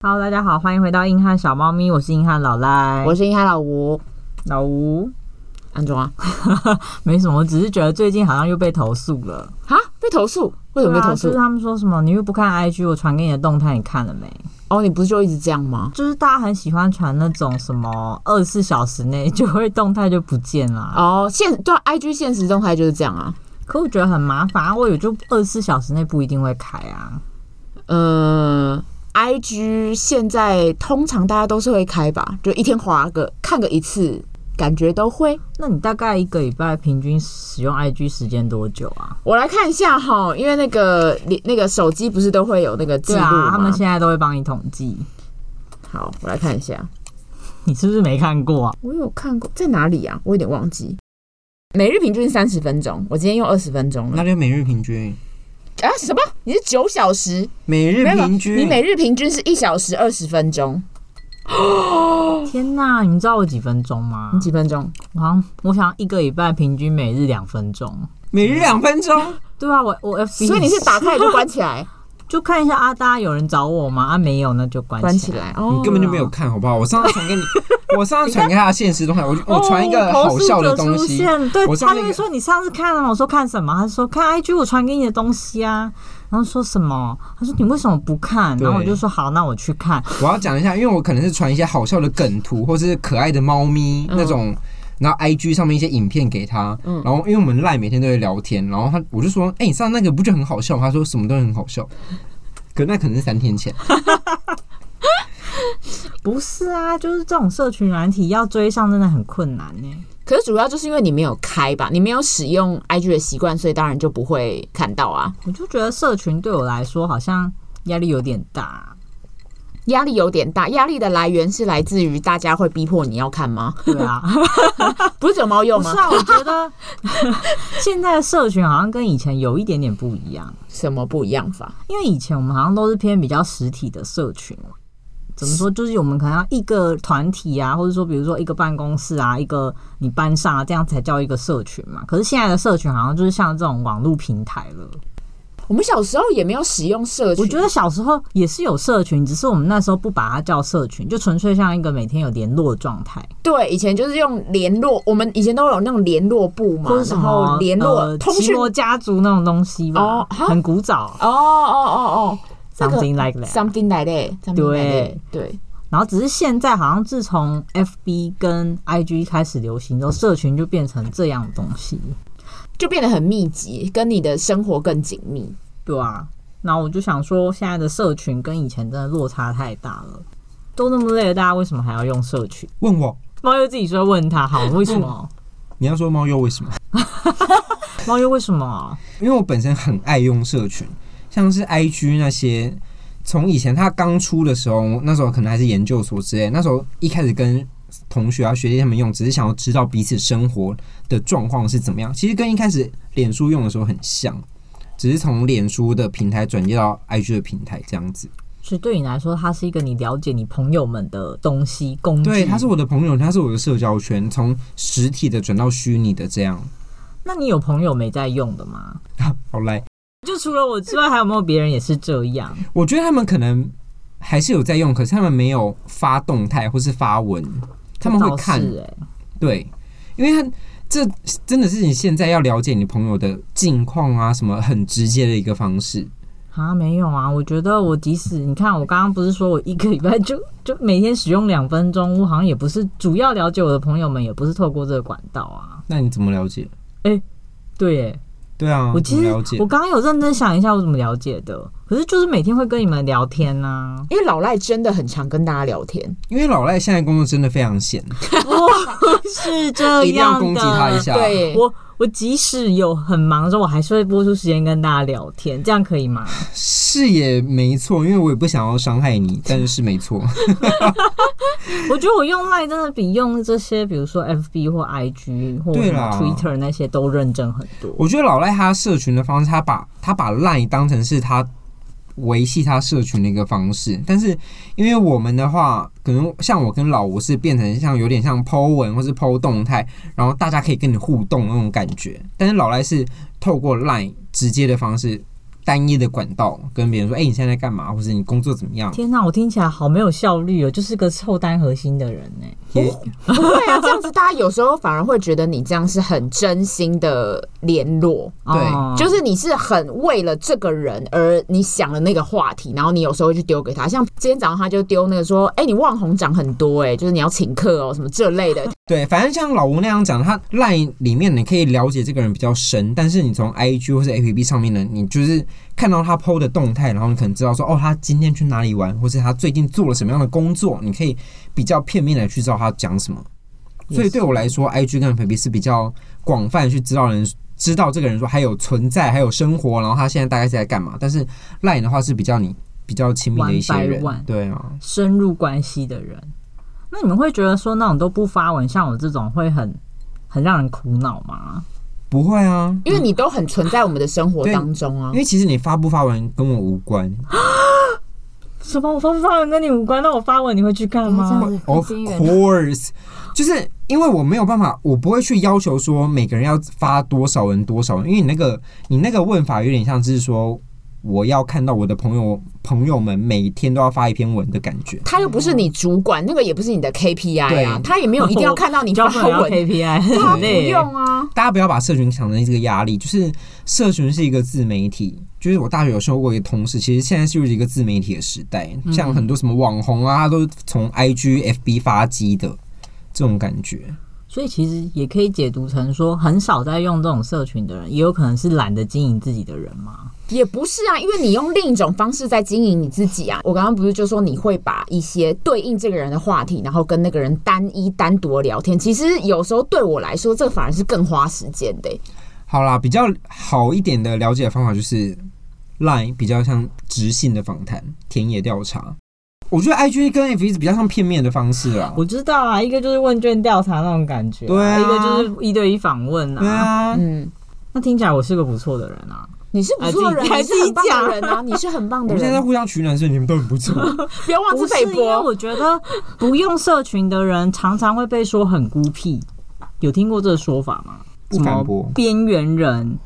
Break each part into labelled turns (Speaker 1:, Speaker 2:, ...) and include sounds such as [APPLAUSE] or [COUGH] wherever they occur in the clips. Speaker 1: 大家好，欢迎回到硬汉小猫咪，我是硬汉老赖，
Speaker 2: 我是英汉老吴，
Speaker 1: 老吴。 [LAUGHS]
Speaker 2: 安装啊，
Speaker 1: 没什么，我只是觉得最近好像又被投诉了。
Speaker 2: 哈，被投诉？为什么被
Speaker 1: 对啊
Speaker 2: 投诉？
Speaker 1: 就是他们说什么，你又不看 IG，我传给你的动态，你看了没？
Speaker 2: 哦，你不是就一直这样吗？
Speaker 1: 就是大家很喜欢传那种什么二十四小时内就会动态就不见了，
Speaker 2: 哦，现对、啊、，IG 现实动态就是这样啊。
Speaker 1: 可我觉得很麻烦，啊我有就二十四小时内不一定会开啊。
Speaker 2: 嗯，IG 现在通常大家都是会开吧，就一天划个看个一次，感觉都会。
Speaker 1: 那你大概一个礼拜平均使用 IG 时间多久啊？
Speaker 2: 我来看一下哈，因为那个你那个手机不是都会有那个记
Speaker 1: 对
Speaker 2: 录
Speaker 1: 啊，他
Speaker 2: 吗？
Speaker 1: 们现在都会帮你统计，
Speaker 2: 好，我来看一下，
Speaker 1: 你是不是没看过啊？
Speaker 2: 我有看过在哪里啊？我有点忘记。每日平均三十分钟，我今天用二十分钟了。
Speaker 3: 那就每日平均，
Speaker 2: 啊，什么？你是九小时？
Speaker 3: 每日
Speaker 2: 没有，
Speaker 3: 平均，
Speaker 2: 你每日平均是一小时二十分钟，
Speaker 1: 哦天哪，你们知道我几分钟吗
Speaker 2: 你？几分钟？
Speaker 1: 我好像我想一个礼拜平均每日两分钟。
Speaker 3: 每日两分钟，
Speaker 1: [LAUGHS] 对啊，我我 FB，
Speaker 2: 所以你是打开就关起来，
Speaker 1: 就看一下啊，大家有人找我吗？啊，没有那就 [LAUGHS] 关
Speaker 2: 关起
Speaker 1: 起来。
Speaker 2: 来哦。
Speaker 3: 你根本就没有看，好不好？我上次
Speaker 1: [LAUGHS]
Speaker 3: 传给你，我上次传给他的现实动态，我就我传一个好笑的东
Speaker 1: 哦投诉者出
Speaker 3: 西，
Speaker 1: 现对，
Speaker 3: 我上
Speaker 1: 他
Speaker 3: 那
Speaker 1: 就
Speaker 3: 个
Speaker 1: 会说你上次看了吗？我说看什么？他说看 IG 我传给你的东西啊。然后说什么？他说你为什么不看？
Speaker 3: 对
Speaker 1: 然后我就说好，那我去看。
Speaker 3: 我要讲一下，因为我可能是传一些好笑的梗图，或是可爱的猫咪
Speaker 1: 嗯
Speaker 3: 那种。然后 I G 上面一些影片给他，然后因为我们赖每天都会聊天，然后他我就说，哎、你上次那个不就很好笑吗？他说什么都很好笑，可那可能是三天前，
Speaker 1: 不是啊，就是这种社群软体要追上真的很困难呢、
Speaker 2: 可是主要就是因为你没有开吧，你没有使用 IG 的习惯，所以当然就不会看到啊。
Speaker 1: 我就觉得社群对我来说好像压力有点大。
Speaker 2: 压力有点大，压力的来源是来自于大家会逼迫你要看吗？ [LAUGHS]
Speaker 1: 对啊，
Speaker 2: 不是只有猫鼬
Speaker 1: [LAUGHS] 不
Speaker 2: 吗
Speaker 1: 是？啊，我觉得现在的社群好像跟以前有一点点不一样，
Speaker 2: 什么不一样法？
Speaker 1: 因为以前我们好像都是偏比较实体的社群。怎么说？就是我们可能要一个团体啊，或者说比如说一个办公室啊，一个你班上啊，这样才叫一个社群嘛。可是现在的社群好像就是像这种网络平台了。
Speaker 2: 我们小时候也没有使用社群，
Speaker 1: 我觉得小时候也是有社群，只是我们那时候不把它叫社群，就纯粹像一个每天有联络的状态。
Speaker 2: 对，以前就是用联络，我们以前都有那种联络部嘛
Speaker 1: 或者，什
Speaker 2: 然
Speaker 1: 么
Speaker 2: 后联络、
Speaker 1: 呃
Speaker 2: 通
Speaker 1: 奇
Speaker 2: 讯。
Speaker 1: 摩
Speaker 2: 哦
Speaker 1: 家族那种东西吧，
Speaker 2: 哦哈
Speaker 1: 很古早
Speaker 2: 哦哦哦，这个
Speaker 1: ，something like that。
Speaker 2: something like that，
Speaker 1: 对
Speaker 2: something like that，对，
Speaker 1: 然后只是现在好像自从 FB 跟 IG 开始流行之后，社群就变成这样的东西，
Speaker 2: 就变得很密集，跟你的生活更紧密。
Speaker 1: 对啊。然后我就想说，现在的社群跟以前真的落差太大了，都那么累了，大家为什么还要用社群？
Speaker 3: 问我
Speaker 1: 猫又自己说问他，好，为什么？
Speaker 2: 嗯
Speaker 3: 你要说猫又为什么？
Speaker 1: 猫又为什么？
Speaker 3: 因为我本身很爱用社群，像是 IG 那些，从以前它刚出的时候，那时候可能还是研究所之类，那时候一开始跟同学啊、学弟他们用，只是想要知道彼此生活的状况是怎么样。其实跟一开始脸书用的时候很像，只是从脸书的平台转接到 IG 的平台这样子。
Speaker 1: 所以对你来说，它是一个你了解你朋友们的东西工具。
Speaker 3: 对，他是我的朋友，他是我的社交圈，从实体的转到虚拟的这样。 [LAUGHS]
Speaker 1: 那你有朋友没在用的吗？
Speaker 3: 好来，
Speaker 1: 就除了我之外，还有没有别人也是这样？
Speaker 3: 我觉得他们可能还是有在用，可是他们没有发动态或是发文， [LAUGHS] 他们会看
Speaker 1: 这，倒是欸
Speaker 3: 对，因为他这真的是你现在要了解你朋友的近况啊，什么很直接的一个方式。
Speaker 1: 啊，没有啊，我觉得我即使你看，我刚刚不是说我一个礼拜就 [LAUGHS] 就每天使用两分钟，我好像也不是主要了解我的朋友们，也不是透过这个管道啊。
Speaker 3: 那你怎么了解？
Speaker 1: 对耶，
Speaker 3: 对啊，
Speaker 1: 我其
Speaker 3: 怎
Speaker 1: 实
Speaker 3: 么了解
Speaker 1: 我，刚刚有认真想一下我怎么了解的，可是就是每天会跟你们聊天啊
Speaker 3: [LAUGHS]
Speaker 1: 呐、
Speaker 2: 因为老赖真的很常跟大家聊天，
Speaker 3: 因为老赖现在工作真的非常闲，
Speaker 1: 哦是这
Speaker 3: 一定要
Speaker 1: 样
Speaker 3: 攻击他一
Speaker 1: 的。[LAUGHS]
Speaker 3: 下。，
Speaker 2: 对，
Speaker 1: 我我即使有很忙的时候，我还是会播出时间跟大家聊天，这样可以吗？
Speaker 3: 是也没错，因为我也不想要伤害你，但是是没错。
Speaker 1: [LAUGHS] 我觉得我用 Line 真的比用这些，比如说 FB 或 IG 或
Speaker 3: 对
Speaker 1: 什么
Speaker 3: 啦
Speaker 1: Twitter 那些都认真很多。
Speaker 3: 我觉得老赖他社群的方式，他把他把 LINE 当成是他维系他社群的一个方式。但是因为我们的话，可能像我跟老吴是变成像有点像 Po 文或是 Po 动态，然后大家可以跟你互动那种感觉。但是老赖是透过 LINE 直接的方式单一的管道跟别人说，哎、你现在在干嘛，或者你工作怎么样，
Speaker 1: 天哪，我听起来好没有效率哦，就是个凑单核心的人呢、
Speaker 3: 也
Speaker 2: 对啊，这样子大家有时候反而会觉得你这样是很真心的联络，
Speaker 3: 对
Speaker 1: 哦
Speaker 2: 就是你是很为了这个人而你想了那个话题，然后你有时候会去丢给他。像今天早上他就丢那个说，哎、你网红涨很多、哎，就是你要请客哦，什么这类的。
Speaker 3: 对，反正像老吴那样讲，他 LINE 里面你可以了解这个人比较深，但是你从 IG 或是 APP 上面呢，你就是看到他 PO 的动态，然后你可能知道说，哦，他今天去哪里玩，或是他最近做了什么样的工作，你可以比较片面的去知道他讲什么。所以对我来说，IG 跟 APP 是比较广泛去知道人。知道这个人说还有存在，还有生活，然后他现在大概是在干嘛？但是 LINE 的话是比较你比较亲密的一些
Speaker 1: One by
Speaker 3: 人
Speaker 1: one
Speaker 3: 对啊，
Speaker 1: 深入关系的人。那你们会觉得说那种都不发文，像我这种会很很让人苦恼吗？
Speaker 3: 不会啊，
Speaker 2: 因为你都很存在我们的生活当中啊
Speaker 3: 因。为其实你发不发文跟我无关，
Speaker 1: 什么？我发不发文跟你无关，那我发文你会去看
Speaker 2: 不要这
Speaker 1: 吗
Speaker 2: 样？
Speaker 3: Of
Speaker 2: 金元
Speaker 3: course，就是因为我没有办法，我不会去要求说每个人要发多少人多少人，因为你那个你那个问法有点像是说我要看到我的朋友朋友们每天都要发一篇文的感觉。
Speaker 2: 他又不是
Speaker 1: 嗯
Speaker 2: 你主管，那个也不是你的 KPI 啊
Speaker 3: 对，
Speaker 2: 他也没有 [LAUGHS] 一定要看到
Speaker 1: [LAUGHS]
Speaker 2: 你
Speaker 1: 交
Speaker 2: 发
Speaker 1: 朋友
Speaker 2: 文，
Speaker 1: KPI
Speaker 2: [LAUGHS] 他
Speaker 1: 很
Speaker 2: 不
Speaker 1: 累耶。
Speaker 2: 用啊。
Speaker 3: 大家不要把社群想成这个压力，就是社群是一个自媒体，就是我大学有时候我一个同事，其实现在是一个自媒体的时代，像很多什么网红啊，他都是从 IG、FB 发机的这种感觉。
Speaker 1: 所以其实也可以解读成说，很少在用这种社群的人，也有可能是懒得经营自己的人嘛。
Speaker 2: 也不是啊，因为你用另一种方式在经营你自己啊。我刚刚不是就说你会把一些对应这个人的话题，然后跟那个人单一单独的聊天。其实有时候对我来说，这反而是更花时间的欸、
Speaker 3: 好啦，比较好一点的了解方法就是 Line 比较像直性的访谈、田野调查。我觉得 IG 跟 FB 比较像片面的方式啦。
Speaker 1: 我知道啊，一个就是问卷调查那种感觉、
Speaker 3: 对啊
Speaker 1: 一个就是一对一访问
Speaker 3: 对啊，
Speaker 2: 嗯，
Speaker 1: 那听起来我是个不错的人啊，
Speaker 2: 你是不错的人，
Speaker 1: 啊
Speaker 2: 你是
Speaker 1: 自己
Speaker 2: 很棒的人
Speaker 1: [LAUGHS]
Speaker 2: 啊，你是很棒
Speaker 3: 我
Speaker 2: 的
Speaker 3: 们现在在
Speaker 2: 人。
Speaker 3: 互相取暖，所以你们都很不错。
Speaker 2: 不要妄
Speaker 1: 不
Speaker 2: 自
Speaker 1: 是
Speaker 2: 菲
Speaker 1: 因为
Speaker 2: 薄。
Speaker 1: 我觉得不用社群的人常常会被说很孤僻，有听过这个说法吗？
Speaker 3: 不反驳
Speaker 1: 什么边缘人、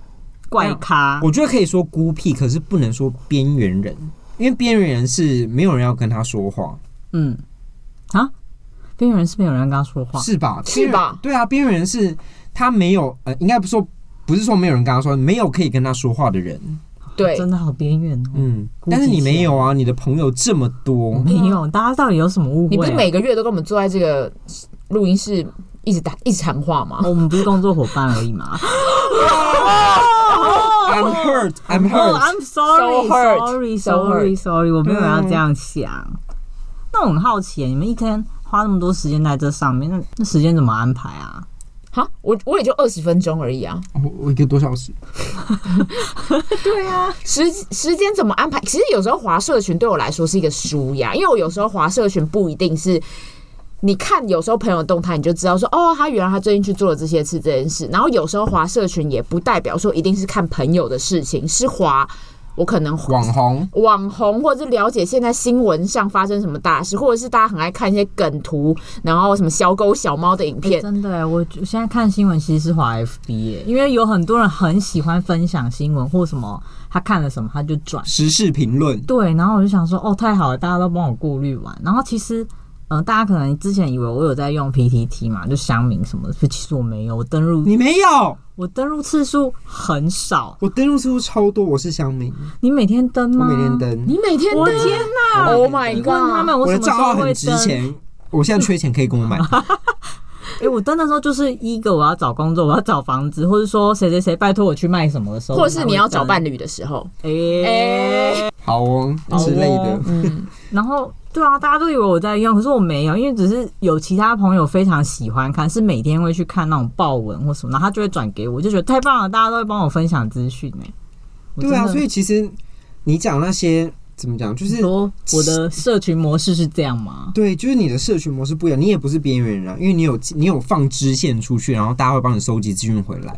Speaker 1: 怪咖，
Speaker 3: 我觉得可以说孤僻，可是不能说边缘人，因为边缘人是没有人要跟他说话，
Speaker 1: 嗯，啊，边缘人是没有人跟他说话，
Speaker 3: 是吧？
Speaker 2: 是吧
Speaker 3: 边缘对啊，边缘人是他没有呃，应该不说不是说没有人跟他说，没有可以跟他说话的人。
Speaker 2: 对，
Speaker 1: 真的好边缘哦。
Speaker 3: 嗯，
Speaker 1: 孤僻
Speaker 3: 但是
Speaker 1: 起
Speaker 3: 你
Speaker 1: 来
Speaker 3: 没有啊，你的朋友这么多，
Speaker 1: 没有，大家到底有什么误
Speaker 2: 你不
Speaker 1: 会
Speaker 2: 是
Speaker 1: 啊、
Speaker 2: 每个月都跟我们坐在这个录音室一直打一直谈话吗？
Speaker 1: 我们不是工作伙伴而已嘛。
Speaker 3: I'm hurt, I'm
Speaker 1: 哦
Speaker 3: hurt。
Speaker 1: I'm sorry,
Speaker 2: So hurt.
Speaker 1: sorry,
Speaker 2: So
Speaker 1: sorry,
Speaker 2: hurt. 嗯
Speaker 1: sorry，我没有要这样想。那我很好奇，你们一天花那么多时间在这上面，那那时间怎么安排啊？
Speaker 2: 哈，我我也就二十分钟而已啊。
Speaker 3: 我我一个多小时，
Speaker 2: 对啊，时时间怎么安排？其实有时候划社群对我来说是一个舒压，因为我有时候划社群不一定是。你看，有时候朋友动态，你就知道说，哦，他原来他最近去做了这些次这件事。然后有时候划社群，也不代表说一定是看朋友的事情，是划我可能
Speaker 3: 网红
Speaker 2: 网红，或者是了解现在新闻上发生什么大事，或者是大家很爱看一些梗图，然后什么小狗小猫的影
Speaker 1: 欸
Speaker 2: 片。
Speaker 1: 真的欸，我觉现在看新闻其实是滑 FB 耶，因为有很多人很喜欢分享新闻或什么，他看了什么他就转。
Speaker 3: 时事评论，
Speaker 1: 对，然后我就想说，哦，太好了，大家都帮我过滤完。然后其实，嗯、大家可能之前以为我有在用 PTT 嘛，就乡民什么的，其实我没有，我登录
Speaker 3: 你没有，
Speaker 1: 我登录次数很少。
Speaker 3: 我登录次数超多，我是乡民，
Speaker 1: 你每天登
Speaker 3: 我
Speaker 1: 吗？
Speaker 3: 每天。登，
Speaker 2: 你每天
Speaker 1: 我
Speaker 2: 的
Speaker 1: 天
Speaker 3: 哪
Speaker 2: ，Oh my
Speaker 1: 你
Speaker 2: god！
Speaker 1: 问他们，
Speaker 3: 我
Speaker 1: 我
Speaker 3: 的
Speaker 1: 什么时
Speaker 3: 账
Speaker 1: 候
Speaker 3: 号
Speaker 1: 会
Speaker 3: 很值
Speaker 1: 登？
Speaker 3: 钱，我现在缺钱可以跟我买，
Speaker 1: 哎、我登的时候就是一个我要找工作，我要找房子，或者说谁谁谁拜托我去卖什么的时候，
Speaker 2: 或者是你要找
Speaker 1: 伴
Speaker 2: 伴侣的时候，
Speaker 1: 哎、
Speaker 2: 哎、
Speaker 3: 好哦之类的，
Speaker 1: 嗯
Speaker 2: 嗯
Speaker 1: 然后对啊，大家都以为我在用，可是我没有，因为只是有其他朋友非常喜欢看，是每天会去看那种爆文或什么，然后他就会转给我，就觉得太棒了，大家都会帮我分享资讯哎。我
Speaker 3: 对啊，
Speaker 1: 真的
Speaker 3: 所以其实你讲那些怎么讲，就是
Speaker 1: 说我的社群模式是这样吗？
Speaker 3: 对，就是你的社群模式不一样，你也不是边缘人啊，因为你有你有放支线出去，然后大家会帮你收集资讯回来。
Speaker 1: 哦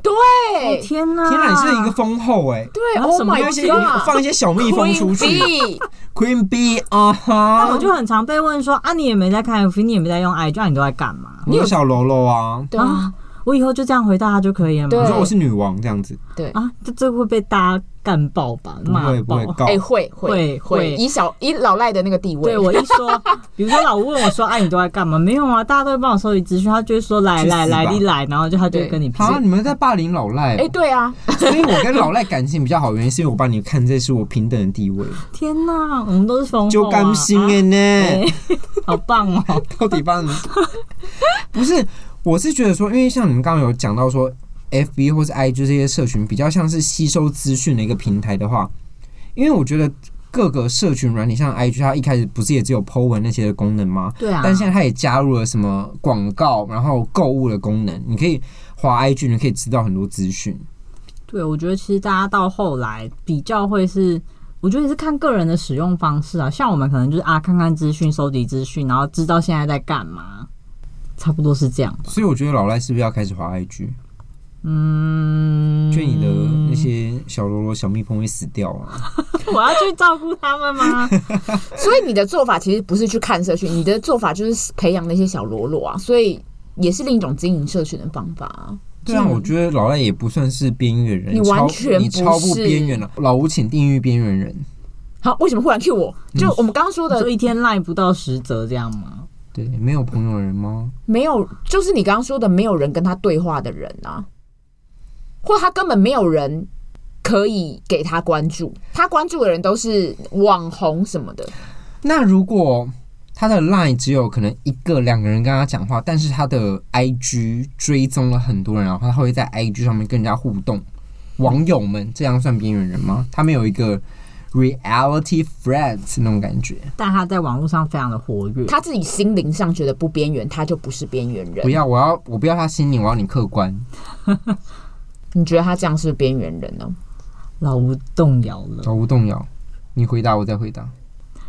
Speaker 2: 对
Speaker 1: 天哪！
Speaker 3: 天哪，你是一个蜂后哎、
Speaker 2: 对
Speaker 1: 啊
Speaker 2: ，Oh
Speaker 1: 什么
Speaker 3: 你
Speaker 2: my
Speaker 3: 有一
Speaker 2: god！
Speaker 3: 些有放一些小蜜蜂出去
Speaker 2: Queen Bee
Speaker 3: ，Queen Bee 啊
Speaker 1: 那我
Speaker 3: 哈，
Speaker 1: 就很常被问说啊，你也没在看 FB，你也没在用 IG，啊你都在干嘛？
Speaker 3: 我有小喽啰啊，
Speaker 2: 对啊，
Speaker 1: 啊，我以后就这样回大家就可以了
Speaker 2: 对
Speaker 1: 嘛
Speaker 3: 你。说我是女王这样子，
Speaker 2: 对，
Speaker 1: 啊，这这会被大家干爆吧？
Speaker 3: 不
Speaker 1: 骂
Speaker 3: 会不
Speaker 1: 爆
Speaker 3: 会。告
Speaker 2: 哎、。会会，
Speaker 1: 会会
Speaker 2: 以小以老赖的那个地位，
Speaker 1: 对我一说，比如说老吴问我说：“哎、你都在干嘛？”没有啊，大家都会帮我收集资讯，他就会说：“来
Speaker 3: 去死吧
Speaker 1: 来来，你来。”然后就他就会
Speaker 2: 对
Speaker 1: 跟你
Speaker 3: 好，你们在霸凌老赖
Speaker 2: 哎、
Speaker 3: 哦、
Speaker 2: 对啊，
Speaker 3: 所以我跟老赖感情比较好，原因是因为我把你看这是我平等的
Speaker 2: [LAUGHS]
Speaker 3: 地位，
Speaker 2: 哦
Speaker 1: 天哪，我们都是疯后、啊，
Speaker 3: 就甘心哎呢。
Speaker 1: 啊 [LAUGHS] 好棒哦！
Speaker 3: 到底帮你？ [LAUGHS] 不是，我是觉得说，因为像你们刚刚有讲到说，F B 或是 I G 这些社群比较像是吸收资讯的一个平台的话，因为我觉得各个社群软体像 I G，它一开始不是也只有 Po 文那些的功能吗？
Speaker 1: 对啊，
Speaker 3: 但现在它也加入了什么广告，然后购物的功能，你可以滑 IG，你可以知道很多资讯。
Speaker 1: 对，我觉得其实大家到后来比较会是，我觉得也是看个人的使用方式啊。像我们可能就是啊，看看资讯，收集资讯，然后知道现在在干嘛，差不多是这样。
Speaker 3: 所以我觉得老赖是不是要开始滑 IG？
Speaker 1: 嗯，
Speaker 3: 就你的那些小喽啰、小蜜蜂会死掉
Speaker 2: 嗯
Speaker 3: 啊！
Speaker 1: [LAUGHS] 我要去照顾他们
Speaker 3: [LAUGHS]
Speaker 1: 吗？
Speaker 2: 所以你的做法其实不是去看社群，你的做法就是培养那些小喽啰啊，所以也是另一种经营社群的方法啊。
Speaker 3: 对啊，我觉得老赖也不算是边缘人，
Speaker 2: 你
Speaker 3: 超
Speaker 2: 完全
Speaker 3: 你超
Speaker 2: 不
Speaker 3: 不
Speaker 2: 是
Speaker 3: 边缘了。老吴请定义边缘人，
Speaker 2: 好，为什么忽然 Q 我？就我们刚刚说的
Speaker 1: 就一天赖不到十则这样吗？
Speaker 3: 对，没有朋友的人吗？
Speaker 2: 没有，就是你刚刚说的没有人跟他对话的人啊，或他根本没有人可以给他关注，他关注的人都是网红什么的。
Speaker 3: 那如果他的 line 只有可能一个两个人跟他讲话，但是他的 IG 追踪了很多人，然后他会在 IG 上面跟人家互动，网友们这样算边缘人吗？他们有一个 reality friends 那种感觉，
Speaker 1: 但他在网络上非常的活跃，
Speaker 2: 他自己心灵上觉得不边缘，他就不是边缘
Speaker 3: 不
Speaker 2: 人。
Speaker 3: 要，我要我不要他心里，我要你客观。
Speaker 2: 你觉得他这样是边缘人呢？
Speaker 1: 老吴动摇了。
Speaker 3: 老吴动摇，你回答，我再回答。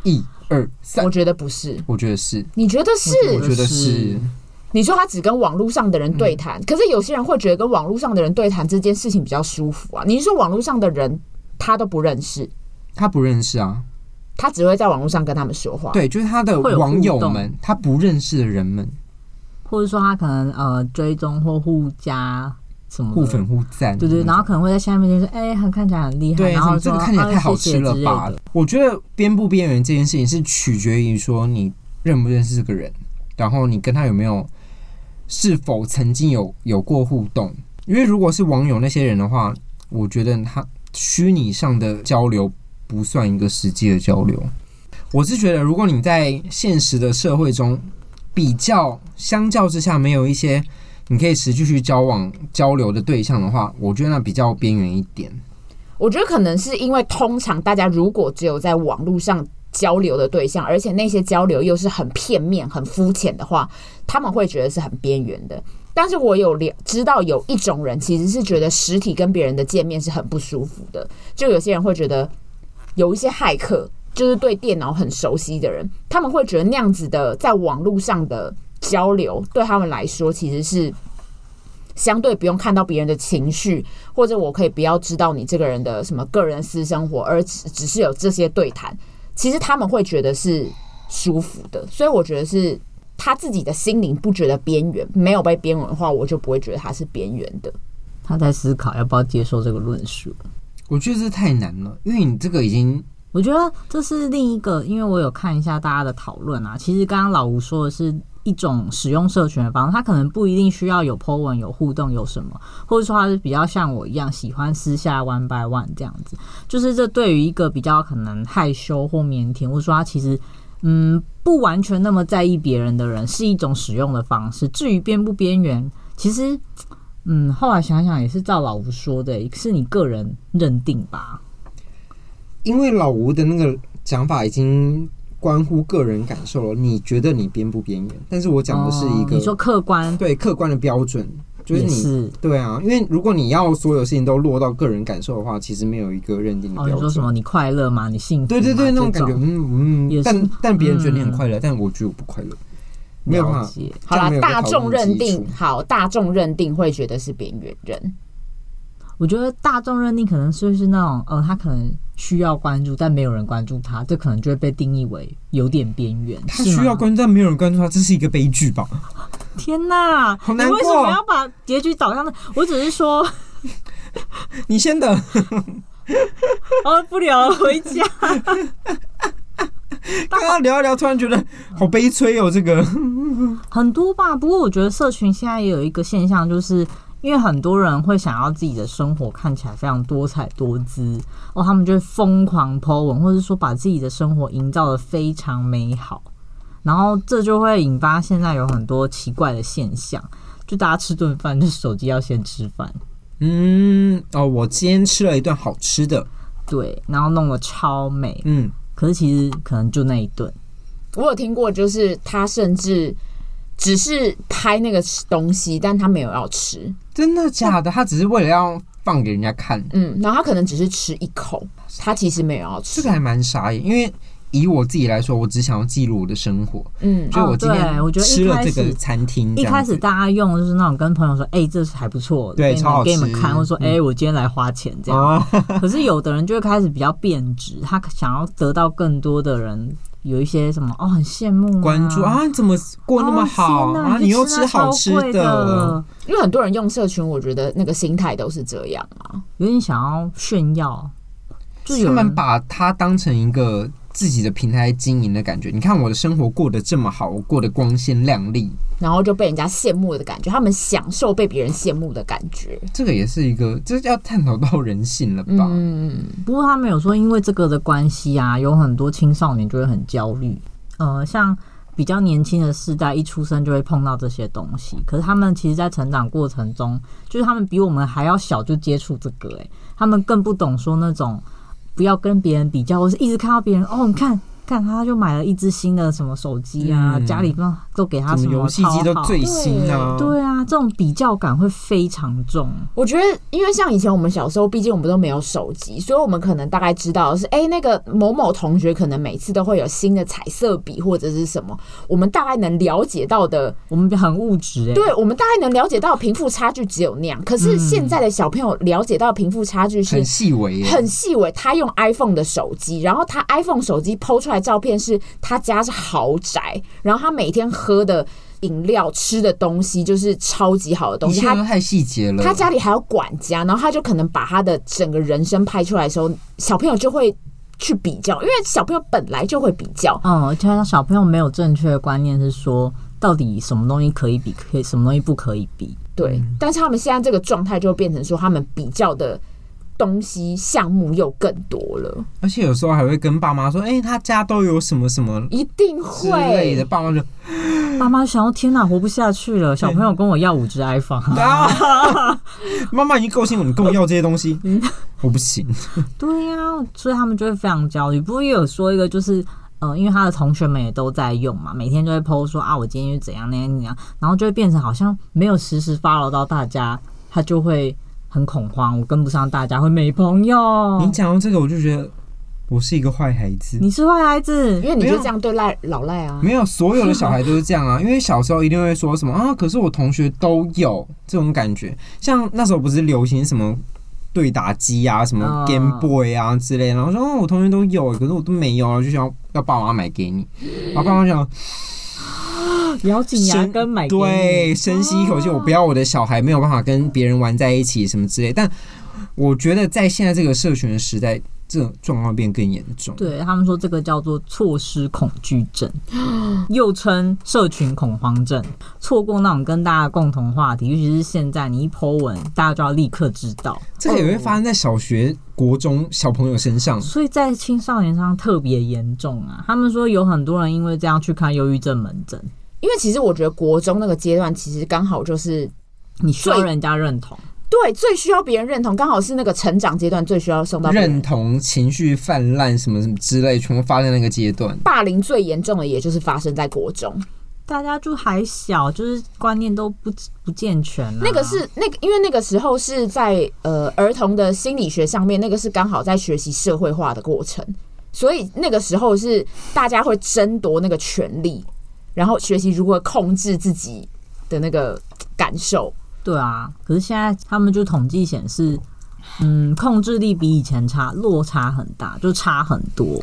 Speaker 3: 一二三
Speaker 2: 我，觉得不是。
Speaker 3: 我觉得是，
Speaker 2: 你觉得是？
Speaker 3: 我觉得是
Speaker 1: 是。
Speaker 2: 你说他只跟网络上的人对
Speaker 3: 嗯
Speaker 2: 谈，可是有些人会觉得跟网络上的人对谈这件事情比较舒服啊。你是说网络上的人他都不认识，
Speaker 3: 他不认识啊，
Speaker 2: 他只会在网络上跟他们说话？
Speaker 3: 对，就是他的
Speaker 1: 会有互
Speaker 3: 网友
Speaker 1: 动
Speaker 3: 们，他不认识的人们，
Speaker 1: 或者说他可能呃追踪或互加什么的
Speaker 3: 互粉互赞，
Speaker 1: 对对，然后可能会在下面就说，哎、很看起来很厉害，
Speaker 3: 对，
Speaker 1: 然
Speaker 3: 什
Speaker 1: 后
Speaker 3: 么这个
Speaker 1: 说
Speaker 3: 看起来
Speaker 1: 啊
Speaker 3: 太好
Speaker 1: 谢
Speaker 3: 吃
Speaker 1: 谢
Speaker 3: 了
Speaker 1: 之类
Speaker 3: 吧
Speaker 1: 的？
Speaker 3: 我觉得边不边缘这件事情是取决于说你认不认识这个人，然后你跟他有没有是否曾经有有过互动。因为如果是网友那些人的话，我觉得他虚拟上的交流不算一个实际的交流。我是觉得，如果你在现实的社会中比较相较之下没有一些你可以持续去交往交流的对象的话，我觉得那比较边缘一点。
Speaker 2: 我觉得可能是因为通常大家如果只有在网络上交流的对象，而且那些交流又是很片面、很肤浅的话，他们会觉得是很边缘的。但是我有了知道有一种人其实是觉得实体跟别人的见面是很不舒服的，就有些人会觉得有一些骇客，就是对电脑很熟悉的人，他们会觉得那样子的在网络上的交流对他们来说其实是相对不用看到别人的情绪，或者我可以不要知道你这个人的什么个人私生活，而只只是有这些对谈，其实他们会觉得是舒服的，所以我觉得是他自己的心灵不觉得边缘，没有被边缘化，我就不会觉得他是边缘的。
Speaker 1: 他在思考要不要接受这个论述。
Speaker 3: 我觉得这太难了，因为你这个已经
Speaker 1: 我觉得这是另一个，因为我有看一下大家的讨论啊。其实刚刚老吴说的是一种使用社群的方式，他可能不一定需要有 po 文、有互动、有什么，或者说他是比较像我一样喜欢私下 one by one 这样子。就是这对于一个比较可能害羞或腼腆，或者说他其实嗯不完全那么在意别人的人，是一种使用的方式。至于边不边缘，其实嗯后来想想也是照老吴说的，是你个人认定吧。
Speaker 3: 因为老吴的那个讲法已经关乎个人感受了，你觉得你边不边缘？但是我讲的是一
Speaker 1: 哦你说
Speaker 3: 个、
Speaker 1: 客观
Speaker 3: 对客观的标准，就是
Speaker 1: 也
Speaker 3: 你
Speaker 1: 是
Speaker 3: 对啊，因为如果你要所有事情都落到个人感受的话，其实没有一个认定的
Speaker 1: 哦，
Speaker 3: 标
Speaker 1: 你说什
Speaker 3: 准。
Speaker 1: 么？你快乐吗？你幸福吗？
Speaker 3: 对对对，
Speaker 1: 这
Speaker 3: 那种感觉，嗯
Speaker 1: 也
Speaker 3: 嗯，
Speaker 1: 是嗯
Speaker 3: 但但别人觉得你很快乐，但我觉得我不快乐，没有办
Speaker 1: 了
Speaker 3: 法。
Speaker 1: 解。
Speaker 2: 好啦
Speaker 3: 这样没，有被
Speaker 2: 大众认
Speaker 3: 讨论
Speaker 2: 定
Speaker 3: 基础
Speaker 2: 好，大众认定会觉得是边缘人，
Speaker 1: 我觉得大众认定可能就是那种，呃，他可能需要关注，但没有人关注他，这可能就会被定义为有点边缘。
Speaker 3: 他
Speaker 1: 是吗
Speaker 3: 需要关注，但没有人关注他，这是一个悲剧吧？
Speaker 1: 天哪，
Speaker 3: 好
Speaker 1: 你
Speaker 3: 难过啊
Speaker 1: 为什么要把结局导向那？我只是说， [LAUGHS]
Speaker 3: 你先等，
Speaker 1: 哦，不聊了，回家。
Speaker 3: 刚刚聊一聊，突然觉得好悲催哦，这个 [LAUGHS]
Speaker 1: 很多吧。不过我觉得社群现在也有一个现象，就是因为很多人会想要自己的生活看起来非常多彩多姿哦，他们就会疯狂 po 文，或者说把自己的生活营造的非常美好，然后这就会引发现在有很多奇怪的现象。就大家吃顿饭，就是手机要先吃饭，
Speaker 3: 嗯哦，我今天吃了一顿好吃的，
Speaker 1: 对，然后弄得超美，
Speaker 3: 嗯，
Speaker 1: 可是其实可能就那一顿。
Speaker 2: 我有听过，就是他甚至只是拍那个东西，但他没有要吃，
Speaker 3: 真的假的？他只是为了要放给人家看，
Speaker 2: 嗯，然后他可能只是吃一口，他其实没有要
Speaker 3: 这
Speaker 2: 吃
Speaker 3: 个，还蛮傻眼，因为以我自己来说，我只想要记录我的生活，
Speaker 2: 嗯，
Speaker 3: 就我今
Speaker 1: 哦对我
Speaker 3: 天
Speaker 1: 觉得一
Speaker 3: 吃了
Speaker 1: 开
Speaker 3: 这个
Speaker 1: 始
Speaker 3: 餐厅，
Speaker 1: 一
Speaker 3: 这样
Speaker 1: 开始
Speaker 3: 子
Speaker 1: 大家用就是那种跟朋友说，哎、这还不错，
Speaker 3: 对
Speaker 1: 给你
Speaker 3: 超好
Speaker 1: 们给你们
Speaker 3: 吃嗯
Speaker 1: 看，或者说，哎、我今天来花钱这样。
Speaker 3: 哦，
Speaker 1: 可是有的人就会开始比较变质，他想要得到更多的人有一些什么哦，很羡慕、啊、
Speaker 3: 关注啊，你怎么过那么好
Speaker 1: 哦天哪
Speaker 3: 啊？你又吃好吃
Speaker 1: 那超贵
Speaker 3: 的，
Speaker 1: 的，
Speaker 2: 因为很多人用社群，我觉得那个心态都是这样啊，
Speaker 1: 有点想要炫耀，就有
Speaker 3: 他
Speaker 1: 人
Speaker 3: 们把它当成一个自己的平台经营的感觉。你看我的生活过得这么好，我过得光鲜亮丽，
Speaker 2: 然后就被人家羡慕的感觉，他们享受被别人羡慕的感觉，
Speaker 3: 这个也是一个，这要探讨到人性了吧？
Speaker 2: 嗯，
Speaker 1: 不过他们有说，因为这个的关系啊，有很多青少年就会很焦虑。呃，像比较年轻的世代，一出生就会碰到这些东西。可是他们其实，在成长过程中，就是他们比我们还要小就接触这个、欸，他们更不懂说那种不要跟别人比较，或是一直看到别人哦，你看。看，他就买了一只新的什么手机啊，
Speaker 3: 嗯
Speaker 1: 家里都都给他
Speaker 3: 什
Speaker 1: 什
Speaker 3: 么
Speaker 1: 么
Speaker 3: 游戏机都
Speaker 1: 超好
Speaker 3: 最新啊，
Speaker 1: 对啊，这种比较感会非常重。
Speaker 2: 我觉得，因为像以前我们小时候，毕竟我们都没有手机，所以我们可能大概知道的是，哎、那个某某同学可能每次都会有新的彩色笔或者是什么，我们大概能了解到的，
Speaker 1: 我们很物质哎、欸，
Speaker 2: 对我们大概能了解到贫富差距只有那样。可是现在的小朋友了解到贫富差距是
Speaker 3: 很细微耶，
Speaker 2: 很细微，他用 iPhone 的手机，然后他 iPhone 手机剖出来照片是他家是豪宅，然后他每天喝的饮料、吃的东西就是超级好的东
Speaker 3: 一
Speaker 2: 西，
Speaker 3: 切
Speaker 2: 他
Speaker 3: 都太细节了。
Speaker 2: 他家里还有管家，然后他就可能把他的整个人生拍出来的时候，小朋友就会去比较，因为小朋友本来就会比较。
Speaker 1: 嗯，而且小朋友没有正确的观念是说，到底什么东西可以比，可以什么东西不可以比。
Speaker 2: 对，
Speaker 3: 嗯
Speaker 2: 但是他们现在这个状态就变成说，他们比较的东西项目又更多了，
Speaker 3: 而且有时候还会跟爸妈说，哎、他家都有什么什么
Speaker 2: 一定
Speaker 3: 之类
Speaker 2: 会。
Speaker 3: 的，爸
Speaker 1: [LAUGHS]
Speaker 3: 妈就
Speaker 1: 爸妈想要，天哪，活不下去了，小朋友跟我要五只 iPhone。 [LAUGHS]
Speaker 3: 啊，妈妈已经够辛苦，你跟我要这些东西，
Speaker 1: 嗯
Speaker 3: 我不行。
Speaker 1: 对呀、所以他们就会非常焦虑。不过也有说一个，就是呃，因为他的同学们也都在用嘛，每天就会 PO 说啊，我今天又怎样那样那样，然后就会变成好像没有实时 follow 到大家，他就会很恐慌，我跟不上大家，会没朋友
Speaker 3: 你。讲到这个，我就觉得我是一个坏孩子。
Speaker 1: 你是坏孩子
Speaker 2: 因，为你
Speaker 3: 没
Speaker 2: 就
Speaker 3: 有
Speaker 2: 这样对赖老赖啊，
Speaker 3: [LAUGHS] 没有，所有的小孩都是这
Speaker 1: [LAUGHS]
Speaker 3: 样啊，因为小时候一定会说什么啊，可是我同学都有这种感觉。像那时候不是流行什么对打机啊，什
Speaker 1: 嗯
Speaker 3: 么 Game Boy 啊之类的，然后说哦，我同学都有，可是我都没有，然后就想要要爸妈买
Speaker 1: [LAUGHS]
Speaker 3: 给你，然后爸妈想
Speaker 1: 咬紧牙
Speaker 3: 深
Speaker 1: 根买给你
Speaker 3: 对，深吸一口气，我不要我的小孩没有办法跟别人玩在一起什么之类。但我觉得在现在这个社群的时代，这种状况变更严重。
Speaker 1: 对他们说，这个叫做错失恐惧症，又称社群恐慌症。错过那种跟大家共同话题，尤其是现在你一 po 文，大家就要立刻知道，
Speaker 3: 这个也会发生在小学、国中小朋友身上。
Speaker 1: 所以在青少年上特别严重啊。他们说有很多人因为这样去看忧郁症门诊，
Speaker 2: 因为其实我觉得国中那个阶段，其实刚好就是
Speaker 1: 你需要
Speaker 2: 最
Speaker 1: 人家认同。
Speaker 2: 对最需要别人认同，刚好是那个成长阶段最需要送到别人
Speaker 3: 认同、情绪泛滥什么什么之类，全部发在那个阶段。
Speaker 2: 霸凌最严重的，也就是发生在国中。
Speaker 3: 啊
Speaker 1: 大家就还小，就是观念都不不健全、啊。
Speaker 2: 那个是那个，因为那个时候是在呃儿童的心理学上面，那个是刚好在学习社会化的过程，所以那个时候是大家会争夺那个权利，然后学习如何控制自己的那个感受。
Speaker 1: 对啊，可是现在他们就统计显示，
Speaker 2: [SIGHS]
Speaker 1: 嗯，控制力比以前差，落差很大，就差很多。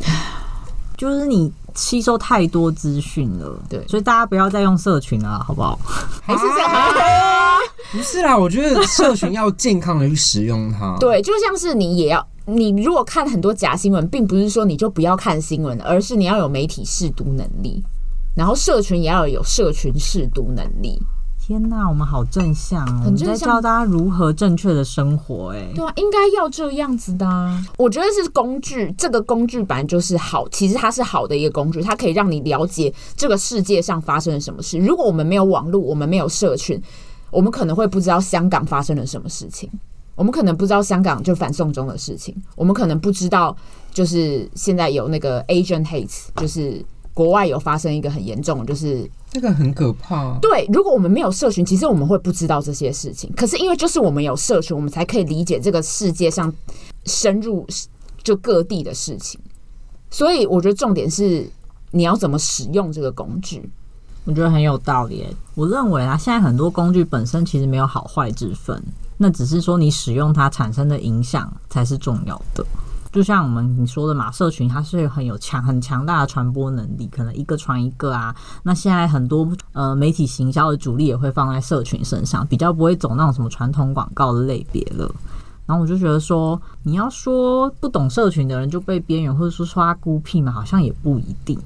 Speaker 1: 就是你吸收太多资讯了，
Speaker 2: 对
Speaker 1: 所以大家不要再用社群了，好不好？
Speaker 3: 啊
Speaker 2: 还是这样。
Speaker 3: 不是啦，我觉得社群要健康的去使用它。，
Speaker 2: 对，就像是你也要，你如果看很多假新闻，并不是说你就不要看新闻，而是你要有媒体试读能力，然后社群也要有社群试读能力。
Speaker 1: 天呐，我们好正向哦！我
Speaker 2: 很
Speaker 1: 们
Speaker 2: 正向
Speaker 1: 在教大家如何正确的生活、哎，
Speaker 2: 对啊，应该要这样子的、啊。我觉得是工具，这个工具本来就是好，其实它是好的一个工具，它可以让你了解这个世界上发生了什么事。如果我们没有网络，我们没有社群，我们可能会不知道香港发生了什么事情，我们可能不知道香港就反送中的事情，我们可能不知道就是现在有那个 Asian hate，就是国外有发生一个很严重的，就是
Speaker 3: 这个很可怕。
Speaker 2: 对，如果我们没有社群，其实我们会不知道这些事情。可是因为就是我们有社群，我们才可以理解这个世界上深入就各地的事情。所以我觉得重点是你要怎么使用这个工具。
Speaker 1: 我觉得很有道理、哎我认为啊，现在很多工具本身其实没有好坏之分，那只是说你使用它产生的影响才是重要的。就像我们你说的嘛，社群它是很有强很强大的传播能力，可能一个传一个啊。那现在很多呃媒体行销的主力也会放在社群身上，比较不会走那种什么传统广告的类别了。然后我就觉得说，你要说不懂社群的人就被边缘，或者说说他孤僻嘛，好像也不一定。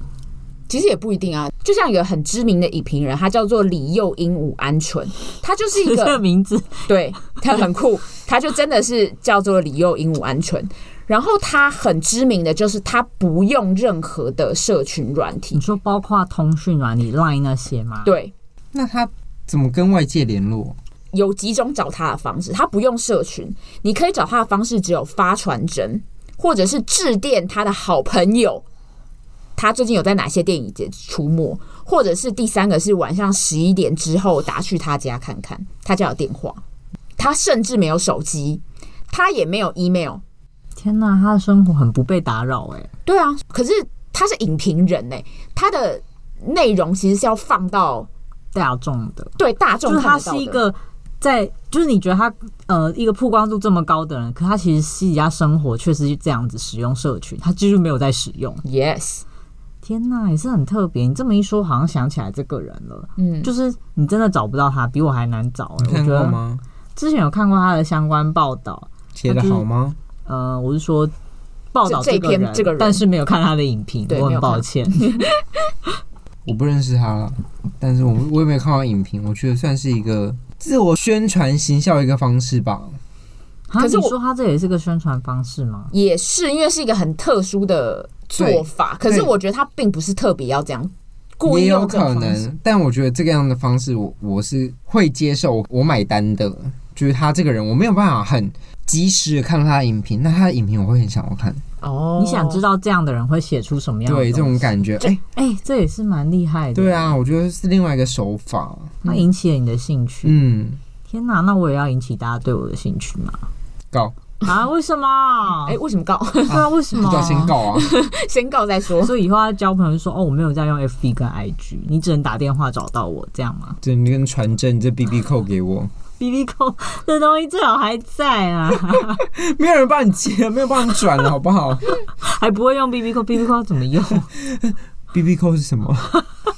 Speaker 2: 其实也不一定啊，就像有个很知名的影评人，他叫做李幼英武鹌鹑，他就是一
Speaker 1: 这
Speaker 2: 个
Speaker 1: [LAUGHS] 个名字
Speaker 2: 对他很酷，他就真的是叫做里幼鹦鹉鹌鹑。然后他很知名的就是他不用任何的社群软体
Speaker 1: 你，说包括通讯软体 Line 那些吗？，
Speaker 2: 对，
Speaker 3: 那他怎么跟外界联络？
Speaker 2: 有几种找他的方式，他不用社群，你可以找他的方式只有发传真，或者是致电他的好朋友，他最近有在哪些电影节出没，或者是第三个是晚上十一点之后打去他家看看，他家有电话，他甚至没有手机，他也没有 email，
Speaker 1: 天哪，他的生活很不被打扰哎、
Speaker 2: 对啊，可是他是影评人呢、他的内容其实是要放到
Speaker 1: 大众的，
Speaker 2: 对大众
Speaker 1: 就是
Speaker 2: 看
Speaker 1: 他
Speaker 2: 得到
Speaker 1: 是
Speaker 2: 的
Speaker 1: 一个在，就是你觉得他呃一个曝光度这么高的人，可他其实私底下生活确实是这样子使用社群，他几乎没有在使用。
Speaker 2: yes，
Speaker 1: 天哪，也是很特别。你这么一说，好像想起来这个人了。
Speaker 2: 嗯，
Speaker 1: 就是你真的找不到他，比我还难找、欸。
Speaker 3: 你
Speaker 1: 我
Speaker 3: 看
Speaker 1: 觉
Speaker 3: 过
Speaker 1: 得
Speaker 3: 吗？
Speaker 1: 之前有看过他的相关报道，
Speaker 3: 写的好吗？
Speaker 1: 呃，我是说报道
Speaker 2: 这
Speaker 1: 这
Speaker 2: 这
Speaker 1: 个
Speaker 2: 篇
Speaker 1: 人，
Speaker 2: 这个人
Speaker 1: 但是没有看他的影评，
Speaker 2: 对
Speaker 1: 我
Speaker 2: 没
Speaker 1: 很
Speaker 2: 有看
Speaker 1: 抱歉。
Speaker 3: 我不认识他了，但是我我也没有看到影评，我觉得算是一个自我宣传行销一个方式吧。
Speaker 1: 可
Speaker 2: 可是
Speaker 1: 啊你
Speaker 2: 我
Speaker 1: 说他这也是个宣传方式吗？
Speaker 2: 也是因为是一个很特殊的做法，可是
Speaker 3: 对
Speaker 2: 我觉得他并不是特别要这样故意哦
Speaker 3: 也有
Speaker 2: 用这
Speaker 3: 可
Speaker 2: 种方式。
Speaker 3: 能，但我觉得这个样的方式我，我是会接受，我我买单的。就是他这个人，我没有办法很及时的看到他的影评，那他的影评我会很想要看，
Speaker 2: 哦
Speaker 1: 你想知
Speaker 2: 道？
Speaker 1: 道这样的人会写出什么样的东
Speaker 3: 对
Speaker 1: 西？
Speaker 3: 这种感觉，哎、
Speaker 1: 哎、这也是蛮厉害的。
Speaker 3: 对，啊，我觉得是另外一个手法，
Speaker 1: 它引起了你的兴趣。
Speaker 3: 嗯，
Speaker 1: 天哪，那我也要引起大家对我的兴趣吗？
Speaker 3: 告，
Speaker 1: 啊，为什
Speaker 3: [LAUGHS]
Speaker 1: 么？
Speaker 2: 哎、为什么告？ [LAUGHS]
Speaker 1: 对啊，为什
Speaker 3: 嗯不
Speaker 1: 么
Speaker 3: 知？道先告 [LAUGHS] 啊，
Speaker 2: 先告再
Speaker 1: [LAUGHS]
Speaker 2: 说。
Speaker 1: 所以以后要交朋友就说哦，我没有在用 FB 跟 IG，你只能打电话找到我，这样吗 [LAUGHS]
Speaker 3: 这你跟传真，你这 B B 扣给我，
Speaker 1: ？B B 扣这东西最好还在啊，
Speaker 3: [LAUGHS]
Speaker 1: [LAUGHS]
Speaker 3: 没有人帮你接，没有帮你转了，好不好
Speaker 1: 还不会用 B B 扣，B B 扣怎么用？
Speaker 3: [LAUGHS] ？B B 扣是什么？ [LAUGHS]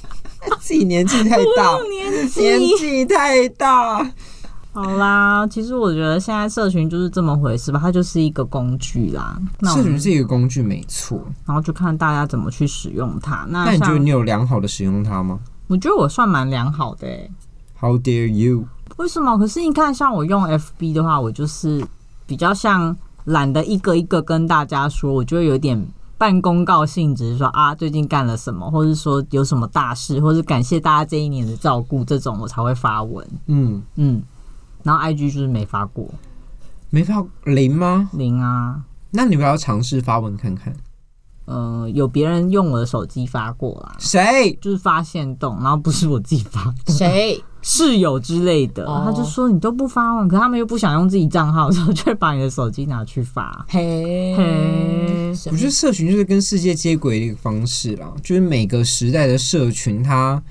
Speaker 3: 自己年纪太大，
Speaker 1: 年
Speaker 3: 年
Speaker 1: 纪。
Speaker 3: 纪太大，
Speaker 1: [LAUGHS] 好啦，其实我觉得现在社群就是这么回事吧，它就是一个工具啦。那我
Speaker 3: 社
Speaker 1: 们
Speaker 3: 群是一个工具，没错。
Speaker 1: 然后就看大家怎么去使用它。那
Speaker 3: 那你觉得
Speaker 1: 像
Speaker 3: 你有良好的使用它吗
Speaker 1: 我觉得我算蛮良好的、欸，
Speaker 3: ？How dare you？
Speaker 1: 为什么？可是你看，像我用 FB 的话，我就是比较像懒得一个一个跟大家说，我就会有点半公告性质，说啊最近干了什么，或是说有什么大事，或是感谢大家这一年的照顾，这种我才会发文。
Speaker 3: 嗯，
Speaker 1: 嗯，然后 IG 就是没发过
Speaker 3: 没发零吗？
Speaker 1: 零啊，
Speaker 3: 那你不要尝试发文看看，
Speaker 1: 呃，有别人用我的手机发过啦，
Speaker 3: 谁？
Speaker 1: 就是发现动，然后不是我自己发的，
Speaker 2: 谁？
Speaker 1: 室友之类的，
Speaker 2: 哦
Speaker 1: 他就说你都不发文，可他们又不想用自己账号， [LAUGHS] 所以就会把你的手机拿去发。
Speaker 2: 嘿，
Speaker 1: 嘿
Speaker 2: 什
Speaker 3: 我
Speaker 2: 么
Speaker 3: 觉得社群就是跟世界接轨的一个方式啦，就是每个时代的社群它。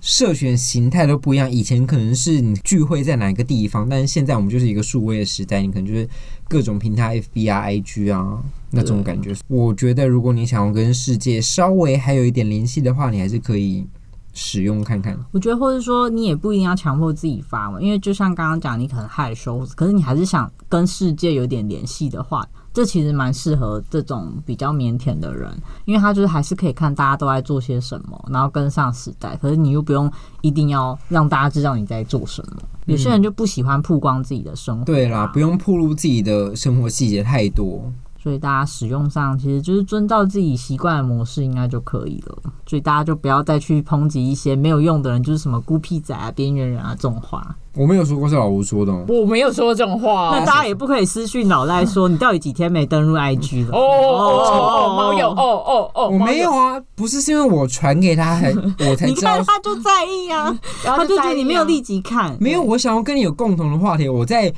Speaker 3: 社群形态都不一样，以前可能是你聚会在哪一个地方，但是现在我们就是一个数位的时代，你可能就是各种平台，FB 啊、IG 啊，那种感觉。我觉得如果你想要跟世界稍微还有一点联系的话，你还是可以使用看看。
Speaker 1: 我觉得，或者说你也不一定要强迫自己发文，因为就像刚刚讲，你可能害羞，可是你还是想跟世界有点联系的话，这其实蛮适合这种比较腼腆的人，因为他就是还是可以看大家都在做些什么，然后跟上时代。可是你又不用一定要让大家知道你在做什么。有些人就不喜欢曝光自己的生活、啊
Speaker 3: 对啦，不用暴露自己的生活细节太多。
Speaker 1: 所以大家使用上其实就是遵照自己习惯的模式，应该就可以了。所以大家就不要再去抨击一些没有用的人，就是什么孤僻仔啊、边缘人啊这种话。
Speaker 3: 我没有说过是老吴说的、哦，
Speaker 2: 我没有说这种话、
Speaker 1: 那大家也不可以失去脑袋说你到底几天没
Speaker 3: [LAUGHS]
Speaker 1: 登入 IG 了。
Speaker 2: 哦哦哦哦，猫友哦哦哦，
Speaker 3: 我没有啊，不是是因为我传给他 [LAUGHS] 还，我才
Speaker 1: 你
Speaker 3: 知道
Speaker 1: 看。他就在意
Speaker 3: [LAUGHS]
Speaker 1: 啊，
Speaker 2: 然后
Speaker 1: 他就觉
Speaker 2: 在
Speaker 1: 得
Speaker 2: 意
Speaker 1: 你没有
Speaker 2: 啊
Speaker 1: 立即看，
Speaker 3: 没有，我想要跟你有共同的话题，我在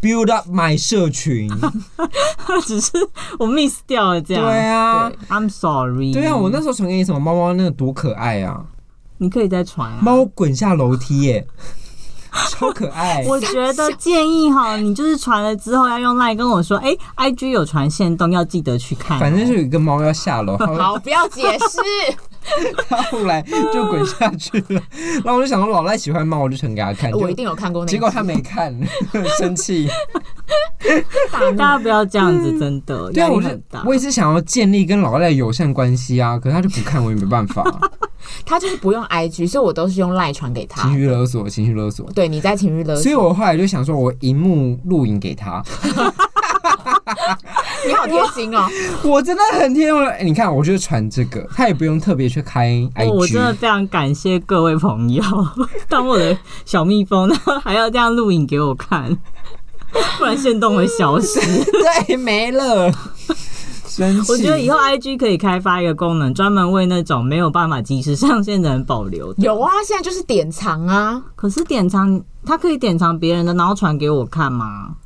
Speaker 3: build up my 社群。
Speaker 1: 只是我 miss 掉了这
Speaker 3: 对
Speaker 1: 样。
Speaker 3: 啊，
Speaker 1: I'm sorry。
Speaker 3: 对啊，我那时候传给你什么猫猫那个多可爱啊，
Speaker 1: 你可以再传啊。
Speaker 3: 猫滚下楼梯耶、 [LAUGHS] 超可爱。
Speaker 1: 我觉得建议哈，你就是传了之后要用 line 跟我说，哎、i g 有传线动，要记得去看哦。
Speaker 3: 反正就有一个猫要下楼，
Speaker 2: [LAUGHS] 好，不要解释。
Speaker 3: 它后来就滚下去了。 [LAUGHS] 然后我就想说，老赖喜欢猫，我就传给他看。
Speaker 2: 我一
Speaker 3: 就
Speaker 2: 定有看过那
Speaker 3: 结
Speaker 2: 一
Speaker 3: 果
Speaker 2: 集，
Speaker 3: 他没看，生气。
Speaker 1: [LAUGHS] 大家不要这样子，真的
Speaker 3: 对
Speaker 1: 压
Speaker 3: 啊，
Speaker 1: 力
Speaker 3: 我
Speaker 1: 很
Speaker 3: 是
Speaker 1: 大。
Speaker 3: 我也是想要建立跟老赖友善关系啊，可是他就不看，我也没办法。
Speaker 2: 他就是不用 IG，所以我都是用赖传给
Speaker 3: 情
Speaker 2: 他。
Speaker 3: 绪勒索，情绪勒索。
Speaker 2: 对，你在情绪勒索，
Speaker 3: 所以我后来就想说，我荧幕录影给他， [LAUGHS]
Speaker 2: 你好贴心哦。
Speaker 3: 我真的很贴用了。哎你看，我就是传这个，他也不用特别去开
Speaker 1: 哦我真的
Speaker 3: IG。
Speaker 1: 非常感谢各位朋友， [LAUGHS] 当我的小蜜蜂， [LAUGHS] 然后还要这样录影给我看， [LAUGHS] 不然线动会消
Speaker 3: [LAUGHS]
Speaker 1: 失。
Speaker 3: 对，没
Speaker 1: [LAUGHS]
Speaker 3: 了。生气。
Speaker 1: 我觉得以后 IG 可以开发一个功能，专门为那种没有办法及时上线的人保留。
Speaker 2: 有啊，现在就是典藏啊，
Speaker 1: 可是典藏，它可以典藏别人的，然后传给我看吗？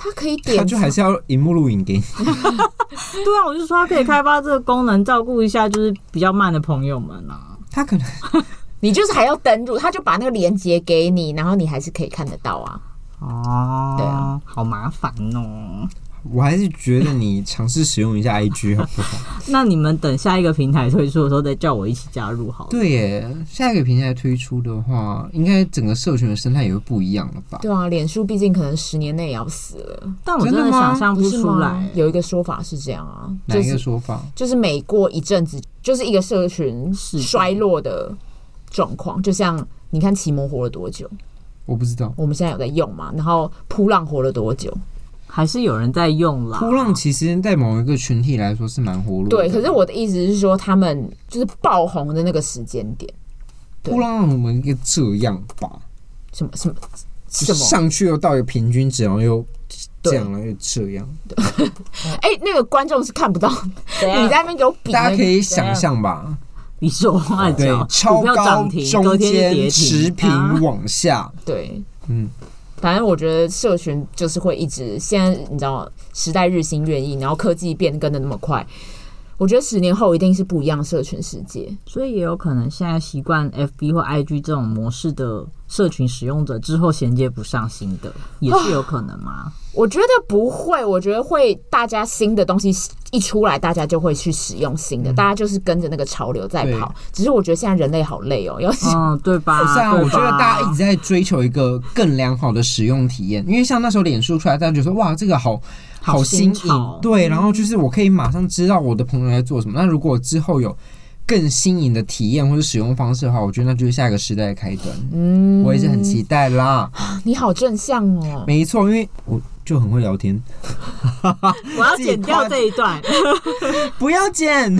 Speaker 2: 他可以
Speaker 3: 他
Speaker 2: 典
Speaker 3: 就
Speaker 2: 藏
Speaker 3: 还。是要荧幕录影给你。
Speaker 1: 对啊，我就说它可以开发这个功能，照顾一下就是比较慢的朋友们啊。
Speaker 3: 他可能
Speaker 2: 你就是还要登入，他就把那个链接给你，然后你还是可以看得到啊。
Speaker 1: 哦，
Speaker 2: 对啊，
Speaker 1: 好麻烦哦。
Speaker 3: 我还是觉得你尝试使用一下 IG 好 [LAUGHS] 不好？
Speaker 1: 那你们等下一个平台推出的时候，再叫我一起加入好了。
Speaker 3: 对耶，下一个平台推出的话，应该整个社群的生态也会不一样了吧？
Speaker 2: 对啊，脸书毕竟可能十年内也要死了，
Speaker 1: 但我
Speaker 3: 真的
Speaker 1: 真的
Speaker 3: 吗
Speaker 1: 想象
Speaker 2: 不
Speaker 1: 不
Speaker 2: 是
Speaker 1: 出
Speaker 2: 吗
Speaker 1: 来？。
Speaker 2: 有一个说法是这样啊，
Speaker 3: 哪
Speaker 2: 就
Speaker 3: 一个
Speaker 2: 是
Speaker 3: 说法？
Speaker 2: 就是每过一阵子，就是一个社群
Speaker 1: 是
Speaker 2: 衰落的状况，就像你看奇摩活了多久，
Speaker 3: 我不知道。
Speaker 2: 我们现在有在用嘛，然后扑浪活了多久，
Speaker 1: 还是有人在用啦。
Speaker 3: 波浪其实，在某一个群体来说是蛮活络的。
Speaker 2: 对，可是我的意思是说，他们就是爆红的那个时间点，对
Speaker 3: 波浪我们应该这样吧？
Speaker 2: 什么什么
Speaker 3: 就
Speaker 2: 什
Speaker 3: 是啊
Speaker 2: 么，
Speaker 3: 上去又到一个平均值，然后又这样，然后又这样，
Speaker 2: 哎、那个观众是看不到，你
Speaker 1: 啊你
Speaker 2: 在那边给我比、那
Speaker 3: 啊大
Speaker 2: 个
Speaker 3: 家可以想象吧？
Speaker 1: 比手画
Speaker 3: 对
Speaker 1: 脚，，啊
Speaker 3: 超
Speaker 1: 股票
Speaker 3: 高
Speaker 1: 涨停，隔
Speaker 3: 中
Speaker 1: 天就跌
Speaker 3: 间持
Speaker 1: 停，
Speaker 3: 平
Speaker 1: 啊
Speaker 3: 往下，
Speaker 2: 对，
Speaker 3: 嗯，
Speaker 2: 反正我觉得社群就是会一直，现在你知道时代日新月异，然后科技变更的那么快，我觉得十年后一定是不一样的社群世界。
Speaker 1: 所以也有可能现在习惯 FB 或 IG 这种模式的社群使用者，之后衔接不上新的，也是有可能吗？
Speaker 2: 我觉得不会，我觉得会大家新的东西一出来，大家就会去使用新的，大家就是跟着那个潮流在跑。只是我觉得现在人类好累哦，要是、
Speaker 1: 嗯，对吧？
Speaker 3: 不是啊，
Speaker 1: 对吧
Speaker 3: 我觉得大家一直在追求一个更良好的使用体验，因为像那时候脸书出来，大家就说哇，这个好
Speaker 1: 好
Speaker 3: 新
Speaker 1: 新潮嗯
Speaker 3: 颖，对，然后就是我可以马上知道我的朋友在做什么。那如果之后有更新颖的体验或者使用方式的话，我觉得那就是下一个时代的开端。嗯，我也是很期待啦。
Speaker 2: [LAUGHS] 你好正向哦。
Speaker 3: 没错，因为我就很会聊天，
Speaker 1: 我要剪掉这一段。
Speaker 3: 不要剪。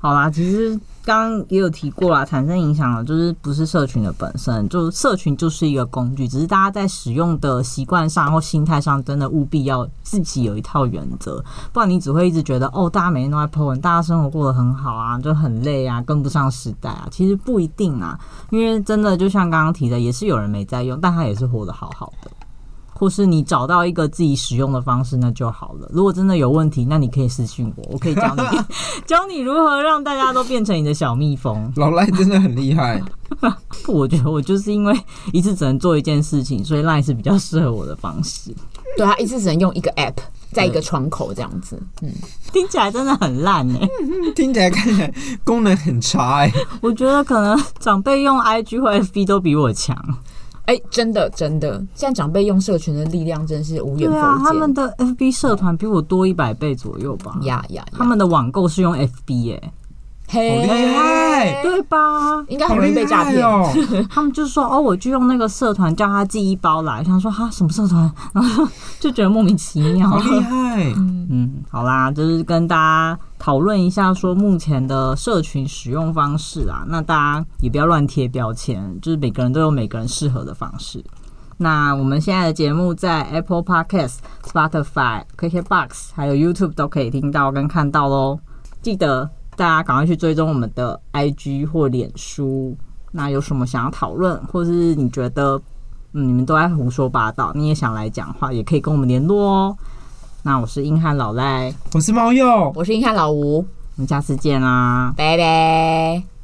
Speaker 1: 好啦，其实刚刚也有提过啦，产生影响的就是不是社群的本身，就是社群就是一个工具，只是大家在使用的习惯上或心态上，真的务必要自己有一套原则，不然你只会一直觉得哦，大家每天都在 po 文，大家生活过得很好啊，就很累啊，跟不上时代啊。其实不一定啊，因为真的就像刚刚提的，也是有人没在用，但他也是活得好好的。或是你找到一个自己使用的方式，那就好了。如果真的有问题，那你可以私信我，我可以教你教你如何让大家都变成你的小蜜蜂。
Speaker 3: 老赖真的很厉害，
Speaker 1: 不我觉得我就是因为一次只能做一件事情，所以 Line 是比较适合我的方式。
Speaker 2: 对啊他一次只能用一个 app，在一个窗口这样子。嗯，
Speaker 1: 听起来真的很烂哎、
Speaker 3: 听起来看起来功能很差哎、
Speaker 1: 我觉得可能长辈用 IG 或 FB 都比我强。
Speaker 2: 哎、真的真的，现在长辈用社群的力量真是无
Speaker 1: 对
Speaker 2: 远否
Speaker 1: 啊，他
Speaker 2: 见。
Speaker 1: 们的 FB 社团比我多一百倍左右吧。
Speaker 2: 呀呀呀，
Speaker 1: 他们的网购是用 FB 哎、
Speaker 2: 嘿
Speaker 3: 好厉害
Speaker 1: 对吧？
Speaker 2: 应该
Speaker 3: 好
Speaker 2: 很容易
Speaker 3: 厉
Speaker 2: 被诈
Speaker 3: 害
Speaker 2: 骗。
Speaker 3: 哦！
Speaker 1: 他们就说哦，我就用那个社团叫他寄一包来，想说哈什么社团，然后就觉得莫名其 [LAUGHS] 妙。
Speaker 3: 好厉害，
Speaker 1: 嗯，好啦，就是跟大家讨论一下说目前的社群使用方式啊，那大家也不要乱贴标签，就是每个人都有每个人适合的方式。那我们现在的节目在 Apple Podcast、Spotify、KKBox 还有 YouTube 都可以听到跟看到喽。记得大家赶快去追踪我们的 IG 或脸书。那有什么想要讨论，或是你觉得嗯你们都在胡说八道，你也想来讲话，也可以跟我们联络哦。那我是硬汉老赖，
Speaker 3: 我是猫鼬，
Speaker 2: 我是硬汉老吴，
Speaker 1: 我们下次见啦。
Speaker 2: 拜拜。